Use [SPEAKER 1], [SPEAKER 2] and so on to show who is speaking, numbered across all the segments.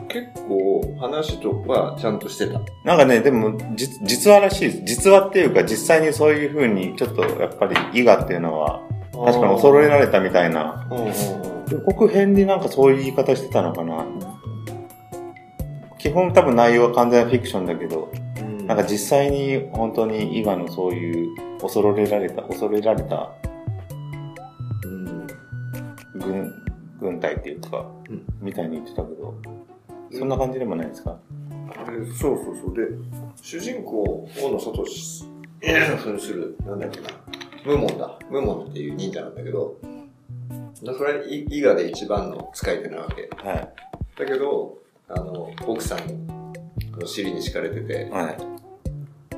[SPEAKER 1] 結構話とかちゃんとしてた。
[SPEAKER 2] なんかね、でも、じ実話らしいです。実話っていうか、実際にそういう風に、ちょっと、やっぱり、伊賀っていうのは、確かに恐れられたみたいな。
[SPEAKER 1] うんうんうん
[SPEAKER 2] 予告編でなんかそういう言い方してたのかな。基本多分内容は完全フィクションだけど、
[SPEAKER 1] うん
[SPEAKER 2] なんか実際に本当に伊賀のそういう恐れられた、恐れられた
[SPEAKER 1] うん
[SPEAKER 2] 軍、軍隊っていうか、
[SPEAKER 1] うん
[SPEAKER 2] みたいに言ってたけど、そんな感じでもないですか、
[SPEAKER 1] でそうそうそう。で、主人公、大野聡扮する、なんだっけな、無門だ。無門っていう忍者なんだけど、だそれは伊伊賀で一番の使い手なわけ。
[SPEAKER 2] はい。
[SPEAKER 1] だけど、あの、奥さんの尻に敷かれてて、
[SPEAKER 2] はい。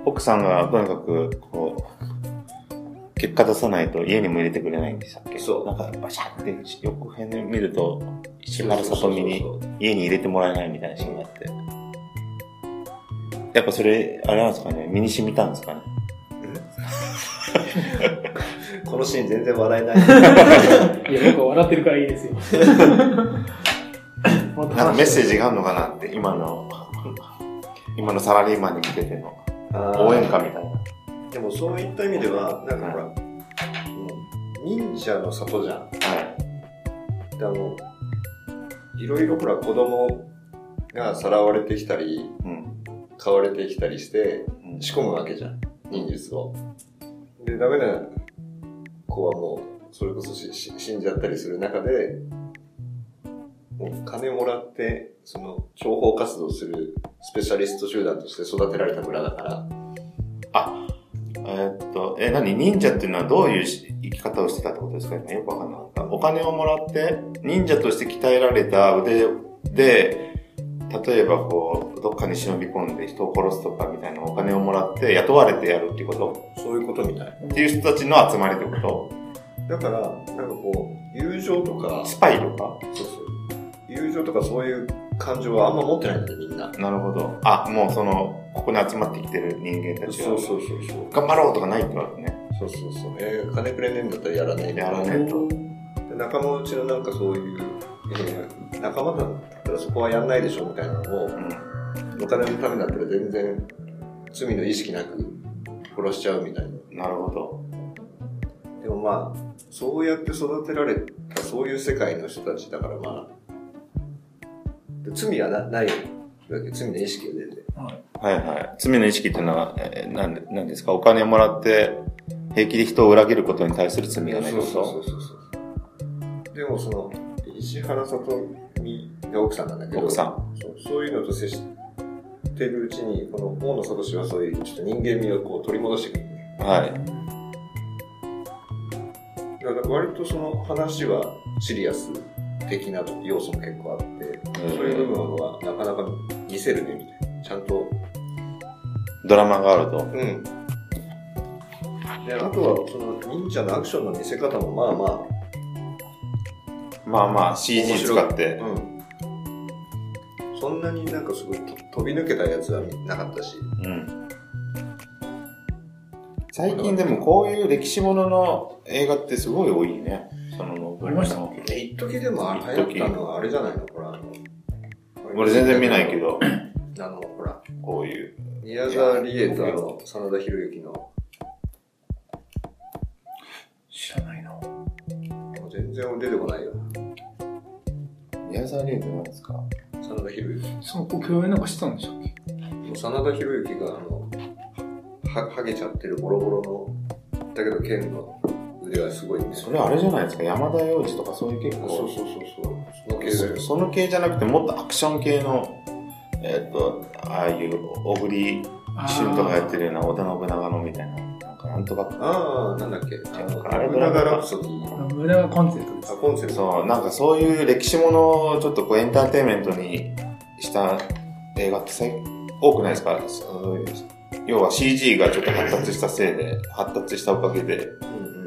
[SPEAKER 2] 奥さんがとにかく、こう、結果出さないと家にも入れてくれないんでしたっけ
[SPEAKER 1] そう
[SPEAKER 2] なんか、バシャって横辺で見ると、石原さとみに
[SPEAKER 1] そうそうそう
[SPEAKER 2] 家に入れてもらえないみたいなシーンがあって。やっぱそれ、あれなんですかね身に染みたんですかね
[SPEAKER 1] そうこのシーン全然笑えない。
[SPEAKER 3] いや、僕は笑ってるからいい ですよ。なん
[SPEAKER 2] なんかメッセージがあるのかなって、今の、今のサラリーマンに向けての 応援歌みたいな。
[SPEAKER 1] でもそういった意味では、なんかほら、うん忍者の里じゃん。
[SPEAKER 2] はい。
[SPEAKER 1] であの、いろいろほら子供がさらわれてきたり、
[SPEAKER 2] うん。
[SPEAKER 1] 買われてきたりして、
[SPEAKER 2] うん
[SPEAKER 1] 仕込むわけじゃん。忍術を。で、ダメな子はもう、それこそしし死んじゃったりする中で、もう金もらって、その、諜報活動するスペシャリスト集団として育てられた村だから、
[SPEAKER 2] あ、えーっと、え、何忍者っていうのはどういうし生き方をしてたってことですかねよくわかんなかった。お金をもらって、忍者として鍛えられた腕で、例えばこう、どっかに忍び込んで人を殺すとかみたいなお金をもらって雇われてやるっていうこと
[SPEAKER 1] そういうことみたい。
[SPEAKER 2] っていう人たちの集まりってこ
[SPEAKER 1] だから、なんかこう、友情とか
[SPEAKER 2] と、スパイとか
[SPEAKER 1] そうそう。友情とかそういう感情はあんま持ってないんだよ、みんな。
[SPEAKER 2] なるほど。あ、もうその、ここに集まってきてる人間たちを、
[SPEAKER 1] うそうそう。
[SPEAKER 2] 頑張ろうとかないってわけね。
[SPEAKER 1] そうそうそう。えー金くれねえんだったらやらねえみたいな
[SPEAKER 2] やらね
[SPEAKER 1] で仲間内のなんかそういう、えー仲間なんだったらそこはやんないでしょみたいなのを
[SPEAKER 2] う、ん。
[SPEAKER 1] お金のためだったら全然罪の意識なく殺しちゃうみたいな。
[SPEAKER 2] なるほど。
[SPEAKER 1] でもまあ、そうやって育てられたそういう世界の人たちだからまあ、で罪はなないわけ。罪の意識は全然。
[SPEAKER 2] はいはい。罪の意識っていうのは、えーなんでなんですかお金をもらって、平気で人を裏切ることに対する罪がないって
[SPEAKER 1] そう
[SPEAKER 2] こと
[SPEAKER 1] そうそうそうそうでもその石原さとみが奥さんなんだけど
[SPEAKER 2] 奥さん。
[SPEAKER 1] そうそういうのと接してるうちにこの大野聡はそういうちょっと人間味をこう取り戻してくる
[SPEAKER 2] はい。
[SPEAKER 1] だから割とその話はシリアス的な要素も結構あってそういう部分はなかなか見せるねみたいなちゃんと
[SPEAKER 2] ドラマがあると。
[SPEAKER 1] うんであとはその忍者のアクションの見せ方もまあまあ
[SPEAKER 2] まあまあ CG 使って。
[SPEAKER 1] うん、そんなになんかすごいと飛び抜けたやつはなかったし、
[SPEAKER 2] うん。最近でもこういう歴史ものの映画ってすごい多いね。その
[SPEAKER 3] ありました
[SPEAKER 1] え、一時でもあ
[SPEAKER 2] 一
[SPEAKER 1] 流
[SPEAKER 2] 時
[SPEAKER 1] 行ったのはあれじゃないのほら、あの、
[SPEAKER 2] 俺全然見ないけ。ど、
[SPEAKER 1] あの、ほら、
[SPEAKER 2] こういう。
[SPEAKER 1] 宮沢りえとあの、真田広之の、
[SPEAKER 2] 知らないな。
[SPEAKER 1] もう全然出てこないよ。
[SPEAKER 2] 宮沢りえって何ですか
[SPEAKER 1] 真田広之。
[SPEAKER 3] そう、こう共演なんかしてたんでしょ
[SPEAKER 1] もう真田広之が、あの、は、はげちゃってるボロボロの、だけど剣の腕はすごいね。
[SPEAKER 2] それあれじゃないですか山田洋次とかそういう結
[SPEAKER 1] そ
[SPEAKER 2] 構
[SPEAKER 1] うそうそうそう。その系だよ
[SPEAKER 2] そ。その系じゃなくてもっとアクション系のえっ、とああいう小栗旬とかやってるような織田信長のみたいななんかなんとか
[SPEAKER 1] ああ、なんだっけ。あの、
[SPEAKER 2] あれ
[SPEAKER 1] 信長ラプソディ
[SPEAKER 3] あー無駄はコンセントです
[SPEAKER 1] あ、。コンセプト。
[SPEAKER 2] そうなんかそういう歴史ものをちょっとこうエンターテインメントにした映画って最多くないですかそういう要は CG がちょっと発達したせいで発達したおかげで
[SPEAKER 1] うんうん。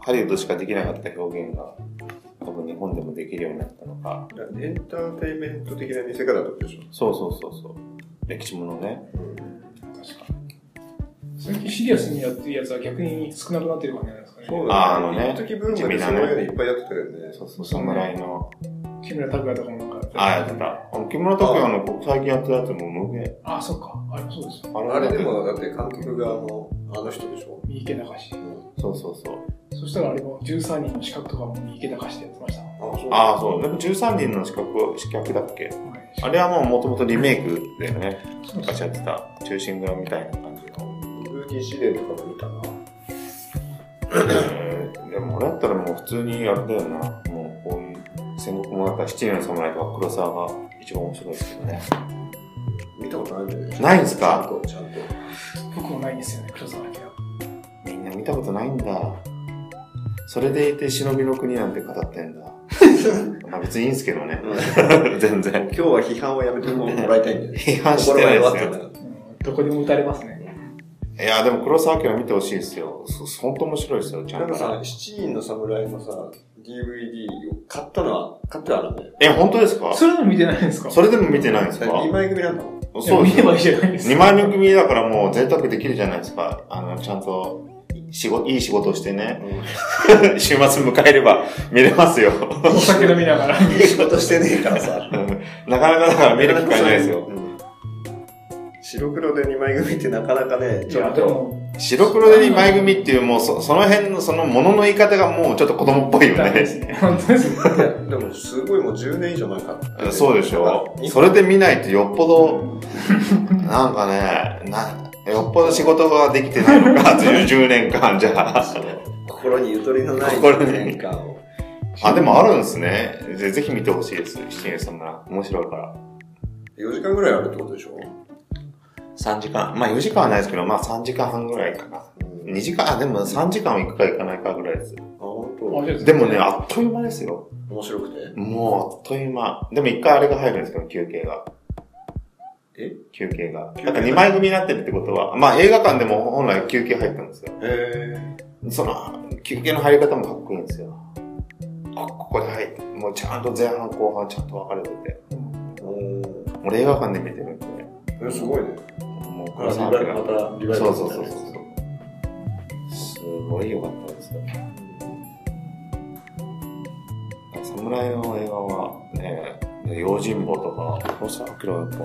[SPEAKER 2] ハリウッドしかできなかった表現が多分日本でもできるようになったのか
[SPEAKER 1] だからエンターテインメント的な見せ方ってことでしょ。
[SPEAKER 2] そうそうそうそう歴史ものね
[SPEAKER 3] 確かに。最近シリアスにやってるやつは逆に少なくなってる感じじゃないですかね。
[SPEAKER 1] そうだね。
[SPEAKER 2] ああのね
[SPEAKER 1] 一時ブームでそのようにいっぱいやってたよね。
[SPEAKER 2] そうそう侍の
[SPEAKER 3] 木村拓哉とかもなんか。
[SPEAKER 2] あやってた。あの木村拓哉のこう最近やってたやつも無限
[SPEAKER 3] あ、そっか。あれもそうですよ。
[SPEAKER 2] あ
[SPEAKER 1] あれで
[SPEAKER 2] なん
[SPEAKER 1] も
[SPEAKER 2] か
[SPEAKER 1] だって監督があの、あの人でしょ。
[SPEAKER 3] 三池隆。
[SPEAKER 2] そうそうそう
[SPEAKER 3] そしたらあれも13人の資格とかも三池隆でやってました。は
[SPEAKER 1] あ、そう
[SPEAKER 2] ああそうでも13人の資格資格だっけ
[SPEAKER 3] い
[SPEAKER 2] あれはもうもともとリメイクだよね昔やってた忠臣蔵みたいな感じの
[SPEAKER 1] ルーキー試練とかも見たな。
[SPEAKER 2] えーでも俺だったらもう普通にあれだよなもうこういう戦国もなんか七人の侍とか黒沢が一番面白いですけどね
[SPEAKER 1] 見たことないんだよね。
[SPEAKER 2] ないんすか
[SPEAKER 1] ちゃんと、ちゃんと。
[SPEAKER 3] 僕もないんですよね、黒沢明。
[SPEAKER 2] みんな見たことないんだ。それでいて忍びの国なんて語ってんだ。まあ別にいいんですけどね。 全
[SPEAKER 1] もう今
[SPEAKER 2] 然。
[SPEAKER 1] 日は批判をやめてもらいたいん だよね。
[SPEAKER 2] 批判してないですよ。
[SPEAKER 1] よ。
[SPEAKER 3] うんどこでも打たれますね。
[SPEAKER 2] いや、でも黒沢明見てほしいですよ。そ本当面白いですよ、ちゃ
[SPEAKER 1] なん
[SPEAKER 2] ん
[SPEAKER 1] か
[SPEAKER 2] と。
[SPEAKER 1] さ、七人の侍のさ、DVD を買ったのは、買ってはあるんだよ。
[SPEAKER 2] え、本当ですか
[SPEAKER 3] それでも見てないんですか
[SPEAKER 2] それでも見てないんですか
[SPEAKER 1] 2枚組なんだも ん。
[SPEAKER 2] そうで
[SPEAKER 3] 見
[SPEAKER 2] す
[SPEAKER 3] れば
[SPEAKER 2] よ
[SPEAKER 3] いい。じゃないですか。
[SPEAKER 2] 2枚目組だからもう贅沢できるじゃないですか。あの、ちゃんと、仕事、いい仕事をしてね。 週末迎えれば見れますよ。
[SPEAKER 3] お酒飲みながら。
[SPEAKER 1] いい仕事してねえからさ。
[SPEAKER 2] なかなかだから見る機会ないですよ。
[SPEAKER 1] うん。白黒で2枚組ってなかなかね、
[SPEAKER 3] い
[SPEAKER 1] ちょ
[SPEAKER 3] や、
[SPEAKER 1] っ
[SPEAKER 3] で
[SPEAKER 1] と。
[SPEAKER 3] も、
[SPEAKER 2] 白黒で2枚組っていう、もうそその辺のそのものの言い方がもうちょっと子供っぽいよ
[SPEAKER 3] ダメで
[SPEAKER 2] ね。
[SPEAKER 3] すね。本当ですね。
[SPEAKER 1] いや、でもすごいもう10年以上前から。
[SPEAKER 2] そうでしょ。それで見ないとよっぽど、なんかね、な、よっぽど仕事ができてないのかっていう10年間じゃ あ。
[SPEAKER 1] 心にゆとりのない
[SPEAKER 2] 心に
[SPEAKER 1] 年間を。
[SPEAKER 2] あ、でもあるんですね。ぜぜひ見てほしいです。七人さんなら。面白いから。
[SPEAKER 1] 4時間ぐらいあるってことでしょ
[SPEAKER 2] 3時間。まあ4時間はないですけど、まあ3時間半ぐらいかな。
[SPEAKER 1] うん。
[SPEAKER 2] 2時間、あ、でも3時間は行くか行かないかぐらいです。
[SPEAKER 1] あ、本
[SPEAKER 3] 面白い
[SPEAKER 1] 当。
[SPEAKER 3] す
[SPEAKER 2] でもね、、あっという間ですよ。
[SPEAKER 1] 面白くて。
[SPEAKER 2] もうあっという間。でも一回あれが入るんですけど、休憩が。
[SPEAKER 1] え
[SPEAKER 2] 休憩が。
[SPEAKER 1] 憩
[SPEAKER 2] なんか2枚組になってるってことは、まあ映画館でも本来休憩入ったんですよ。
[SPEAKER 1] へ
[SPEAKER 2] その、休憩の入り方もかっこいいんですよ。こここで入って、もうちゃんと前半後半ちゃんと分かれてて。
[SPEAKER 3] うん
[SPEAKER 1] え。お
[SPEAKER 2] 俺映画館で見てるんで。
[SPEAKER 1] ーえすごいね。
[SPEAKER 2] もう
[SPEAKER 1] あリ
[SPEAKER 2] さ
[SPEAKER 1] バイバルまたリバイバ
[SPEAKER 2] そ
[SPEAKER 1] ル
[SPEAKER 2] うそうそうそう。すごい良かったですよ。侍の映画はね、用心棒とか、このさ、黒はやっ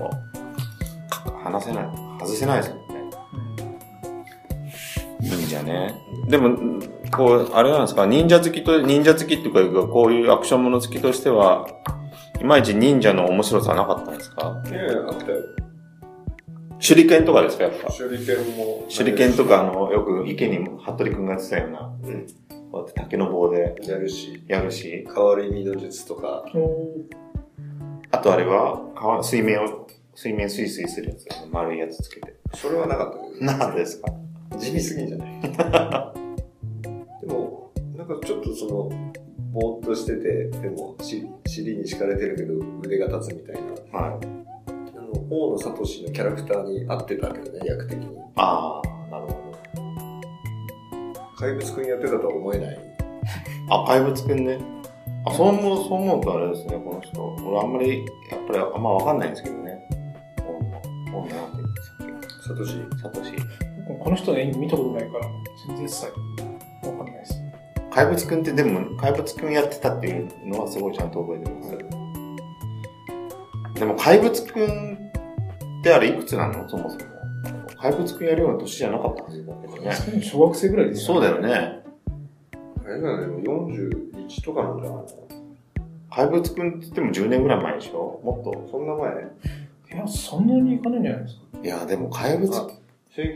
[SPEAKER 2] ぱ、話せない、外せないですよね。忍者ね。でも、こう、あれなんですか、忍者好きと、忍者好きっていうか、こういうアクションもの好きとしては、いまいち忍者の面白さはなかったんですか
[SPEAKER 1] ねえ、あったよ。
[SPEAKER 2] 手裏剣とかですか、やっぱ。
[SPEAKER 1] 手裏剣も。
[SPEAKER 2] 手裏剣とか、あの、よく池にも服部くんがやってたような、
[SPEAKER 1] うん
[SPEAKER 2] こうやって竹の棒で
[SPEAKER 1] やるし、
[SPEAKER 2] やるし、
[SPEAKER 1] 変わり身の術とか。
[SPEAKER 2] あとあれは、川水面を、水面スイスイするやつ、丸いやつつけて。
[SPEAKER 1] それはなかったけど。
[SPEAKER 2] なんですか
[SPEAKER 1] 地味すぎんじゃない でも、なんかちょっとその、ぼーっとしてて、でも、し尻に敷かれてるけど、腕が立つみたいな。
[SPEAKER 2] はい。
[SPEAKER 1] あの、大野聡のキャラクターに合ってたけどね、役的に。
[SPEAKER 2] ああ、なるほ
[SPEAKER 1] 怪物くんやってたとは思えない。
[SPEAKER 2] ど。あ、怪物くんね。あ、そう思う、そう思うとあれですね、この人。俺あんまり、やっぱりあんまわかんないんですけどね。女、女なんて言うんでし
[SPEAKER 1] 聡
[SPEAKER 2] たっけサトシ。
[SPEAKER 3] この人の演技見たことないから、全然一切わかんないです。
[SPEAKER 2] 怪物くんってでも、怪物くんやってたっていうのはすごいちゃんと覚えてます。でも怪物くんってあれいくつなのそもそも。怪物くんやるような年じゃなかったはずだけどね。
[SPEAKER 3] 小学生ぐらいです
[SPEAKER 2] そうだよね。
[SPEAKER 1] あれだよね、でも41とかなんじゃないの
[SPEAKER 2] 怪物くんって言っても10年ぐらい前でしょもっと。
[SPEAKER 1] そんな前
[SPEAKER 3] いや、そんなにいかないんじゃないですか。
[SPEAKER 2] いや、でも怪物、
[SPEAKER 1] あ、1980年生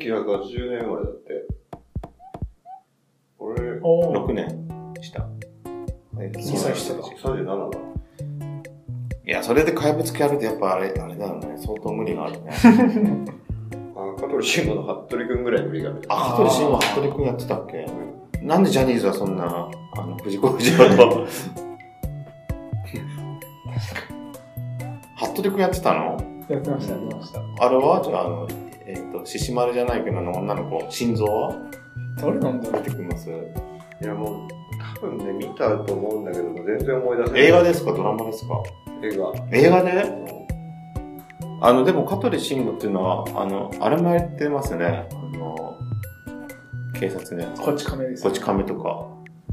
[SPEAKER 1] まれだって。俺、
[SPEAKER 3] あ
[SPEAKER 2] 6年した。
[SPEAKER 3] 二歳下だ
[SPEAKER 1] 37だ。
[SPEAKER 2] いや、それで怪物やるとやっぱあれ、あれだよね。相当無理があるね。
[SPEAKER 1] あ、香取慎吾の服部君ぐらい無理がある。
[SPEAKER 2] あ、香取慎吾、 服部くんやってたっけなんでジャニーズはそんな、あの、藤子不二雄と。服部くんやってたの
[SPEAKER 3] あ、やってました、やってました。
[SPEAKER 2] あれはじゃあ、あの、えっ、と、獅子丸じゃないけど、あの、女の子、心臓は
[SPEAKER 3] 誰なんだろ
[SPEAKER 2] 出て
[SPEAKER 3] う。
[SPEAKER 2] きます
[SPEAKER 1] いや、もう、多分ね、見たと思うんだけど、全然思い出せない。
[SPEAKER 2] 映画ですかドラマですか
[SPEAKER 1] 映画。
[SPEAKER 2] 映画であの、でも、香取慎吾っていうのは、あの、あれもやってますね。あの、警察ね。
[SPEAKER 3] こっち亀です。
[SPEAKER 2] こっち亀とか。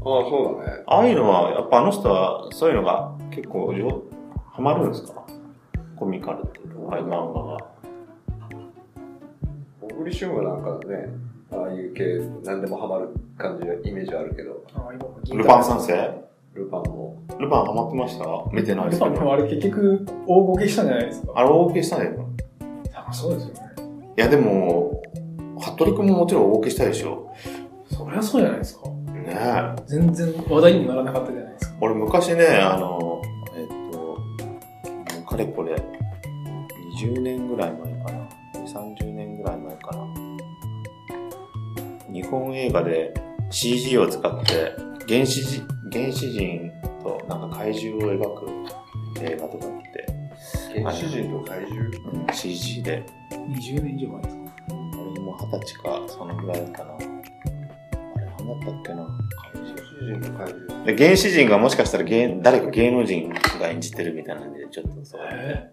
[SPEAKER 1] ああ、そうだね。
[SPEAKER 2] ああいうのは、やっぱあの人は、そういうのが結構よ、ハマるんですかコミカルっていうか、ああいう漫画が。
[SPEAKER 1] 小栗旬はなんかね、ああいう系、何でもハマる感じのイメージはあるけど、
[SPEAKER 3] あ、今も銀
[SPEAKER 2] ル
[SPEAKER 3] 河
[SPEAKER 2] パン三世
[SPEAKER 1] ルパンも。
[SPEAKER 2] ルパンハマってました見てないで
[SPEAKER 3] ル
[SPEAKER 2] すけ
[SPEAKER 3] パンで
[SPEAKER 2] ど。
[SPEAKER 3] もあれ結局、大ボケしたんじゃないですか。
[SPEAKER 2] あれ、大受けしたね。
[SPEAKER 3] あ、そうですよね。
[SPEAKER 2] いや、でも、服部君ももちろん大受けしたでしょ。
[SPEAKER 3] そりゃそうじゃないですか。
[SPEAKER 2] ねえ。
[SPEAKER 3] 全然話題にもならなかったじゃないですか。
[SPEAKER 2] 俺昔ね、あの、えっと、もうかれこれ、20年ぐらい前かな。30年ぐらい前かな。日本映画で CG を使って、原始人、原始人となんか怪獣を描く映画とかって、
[SPEAKER 1] 原始人と怪獣
[SPEAKER 2] うん CG で、
[SPEAKER 3] 20年以上前ですか。
[SPEAKER 2] 俺も二十歳か、そのぐらいかな。あれ、なんだったっけな。怪獣
[SPEAKER 1] 原。始人と怪獣
[SPEAKER 2] で原始人がもしかしたら芸誰か芸能人が演じてるみたいなんで、ちょっとそう。
[SPEAKER 3] え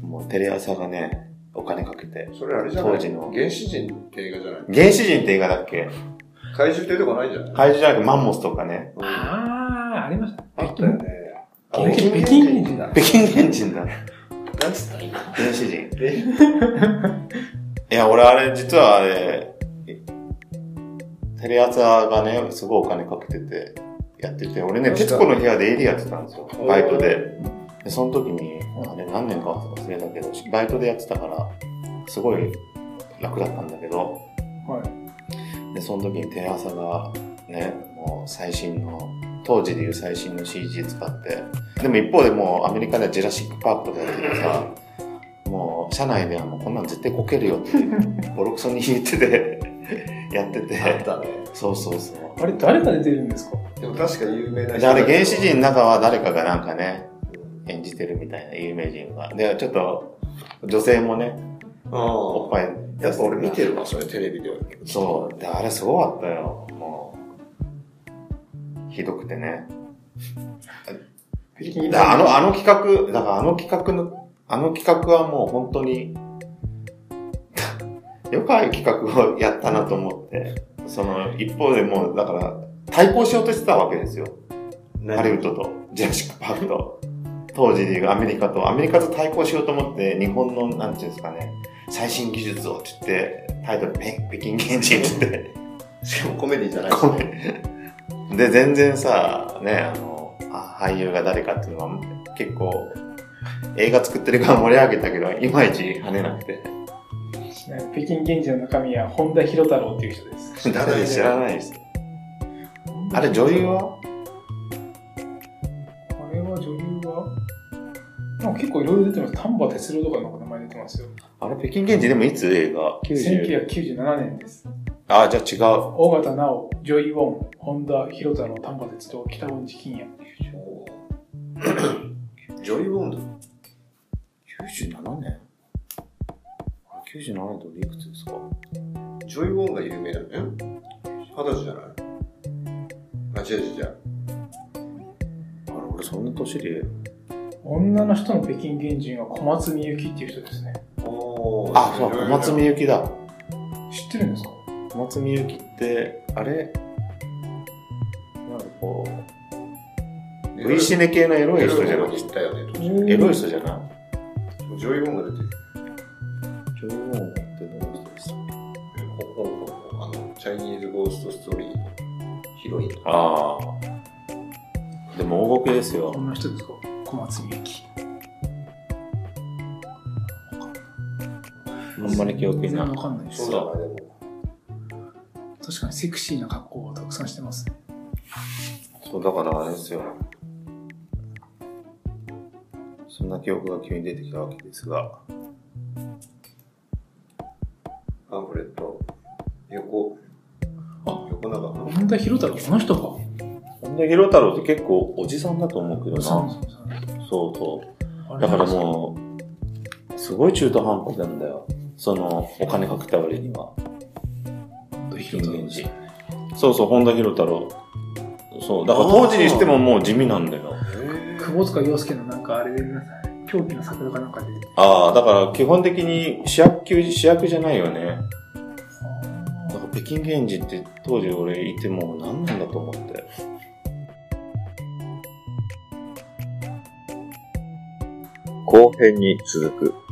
[SPEAKER 2] もうテレ朝がね、お金かけて。
[SPEAKER 1] それあれじゃない
[SPEAKER 2] 当時の
[SPEAKER 1] 原始人って映画じゃない
[SPEAKER 2] 原始人って映画だっけ
[SPEAKER 1] 怪獣ってとこないんじゃない
[SPEAKER 2] 怪獣じゃなくてマンモスとかね。
[SPEAKER 1] うんあ
[SPEAKER 3] ああ、ありました。
[SPEAKER 1] ったよね。あ
[SPEAKER 3] 北京北京人
[SPEAKER 1] だ。
[SPEAKER 2] 北京原人だ。
[SPEAKER 1] なんつった今。
[SPEAKER 2] 原始人。
[SPEAKER 1] え
[SPEAKER 2] いや、俺あれ、実はあれ、テレ朝がね、すごいお金かけてて、やってて、俺ね、
[SPEAKER 1] 確か
[SPEAKER 2] 徹子の部屋でエリやってたんですよ。
[SPEAKER 1] おー
[SPEAKER 2] バイトで。で、その時に、あれ何年か忘れたけど、バイトでやってたから、すごい楽だったんだけど、
[SPEAKER 3] はい。
[SPEAKER 2] でその時にテレ朝がねもう最新の当時でいう最新の CG 使ってでも一方でもうアメリカではジュラシック・パークとかやっててさもう社内ではもうこんなん絶対こけるよってボロクソに言っててやって
[SPEAKER 1] あってたね。
[SPEAKER 2] そうそうそう
[SPEAKER 3] あれ、誰が出てるんですか
[SPEAKER 1] でも確か有名な
[SPEAKER 2] であれ原始
[SPEAKER 1] 始
[SPEAKER 2] 人の中は誰かがなんかね演じてるみたいな有名人がでちょっと女性もねおっ
[SPEAKER 1] う
[SPEAKER 2] ぱい
[SPEAKER 1] ん。やっぱ俺見て
[SPEAKER 2] る
[SPEAKER 1] るわ、それテレビでは。
[SPEAKER 2] そうであれすごかったよもうひどくてねだからあの、あの企画、だからあの企画の、あの企画はもう本当に、 よくああいう企画をやったなと思って、その一方でもう、だから、対抗しようとしてたわけですよ。ハリウッドと、ジュラシック・パークと、当時でいうアメリカと、アメリカと対抗しようと思って、日本の、なんていうんですかね、最新技術をって言って、タイトル、ペ北京原人って言って、
[SPEAKER 1] しかもコメディじゃない
[SPEAKER 2] ごめん。で、全然さ、ね、あの、あ俳優が誰かっていうのは結構、映画作ってるから盛り上げたけど、いまいち跳ねなくて。
[SPEAKER 3] 北京源氏の中身は本田博太郎っていう人です。
[SPEAKER 1] 知らないね
[SPEAKER 2] 知らないです。あれ、女優は
[SPEAKER 3] あれは女優はなんか結構いろいろ出てます。丹波哲郎とかの名前出てますよ。
[SPEAKER 2] あれ、北京現地でもいつ映画 ?90。
[SPEAKER 3] 1997年です。
[SPEAKER 2] あ、じゃあ違う。
[SPEAKER 3] 大形奈緒、ジョイ・ウォン、本田博太郎、丹波哲郎、北本地金也。
[SPEAKER 1] おージョイ・ボンド
[SPEAKER 2] 97年あれ、97年って俺いくつですか
[SPEAKER 1] ジョイ・ボンが有名だね。二十歳じゃないあ、違う違う違う。
[SPEAKER 2] あれ、俺そんな年で。
[SPEAKER 3] 女の人の北京原人は小松みゆきっていう人ですね。
[SPEAKER 1] おー
[SPEAKER 2] あ、そう、小松みゆきだ。
[SPEAKER 3] 知ってるんですか
[SPEAKER 2] 小松みゆきって、あれなんかこう、V シネ系のエロい人じゃなくて、
[SPEAKER 1] たよね。
[SPEAKER 2] エロい人じゃない
[SPEAKER 1] ジョイ・ボンが出てる。
[SPEAKER 2] ジョイ・ウォンってどの人でした
[SPEAKER 1] 香港のあの、チャイニーズ・ゴースト・ストーリーの広いな。
[SPEAKER 2] ああ。でも大ゴケですよ
[SPEAKER 3] こ。んな人ですか小松美幸。
[SPEAKER 2] あんまり記憶に
[SPEAKER 3] 全
[SPEAKER 2] ない
[SPEAKER 3] 然わ。かんないです。
[SPEAKER 2] う
[SPEAKER 1] そうだな、でも。
[SPEAKER 3] 確かにセクシーな格好をたくさんしてますね。
[SPEAKER 2] そう、だからあれですよ。そんな記憶が急に出てきたわけですが。
[SPEAKER 1] パンフレット、横、
[SPEAKER 3] あ、
[SPEAKER 1] 横長の。
[SPEAKER 3] 本田博太郎、この人か。
[SPEAKER 2] 本田広太郎って結構おじさんだと思うけどな。
[SPEAKER 3] さん
[SPEAKER 2] そう
[SPEAKER 3] さんさん
[SPEAKER 2] そ
[SPEAKER 3] あ
[SPEAKER 2] う。
[SPEAKER 3] れ
[SPEAKER 2] だからもう、すごい中途半端なんだよ。その、お金かけた割には。
[SPEAKER 3] 本田博太郎です。
[SPEAKER 2] そうそう、本田広太郎。そう。だから当時にしてももう地味なんだよ。
[SPEAKER 1] へ
[SPEAKER 3] 久保塚洋介のなんかあれで、狂気の桜かなんかで。
[SPEAKER 2] ああ、だから基本的に主役級、主役じゃないよね。だから北京原人って当時俺いてもう何なんだと思って。
[SPEAKER 4] 後編に続く。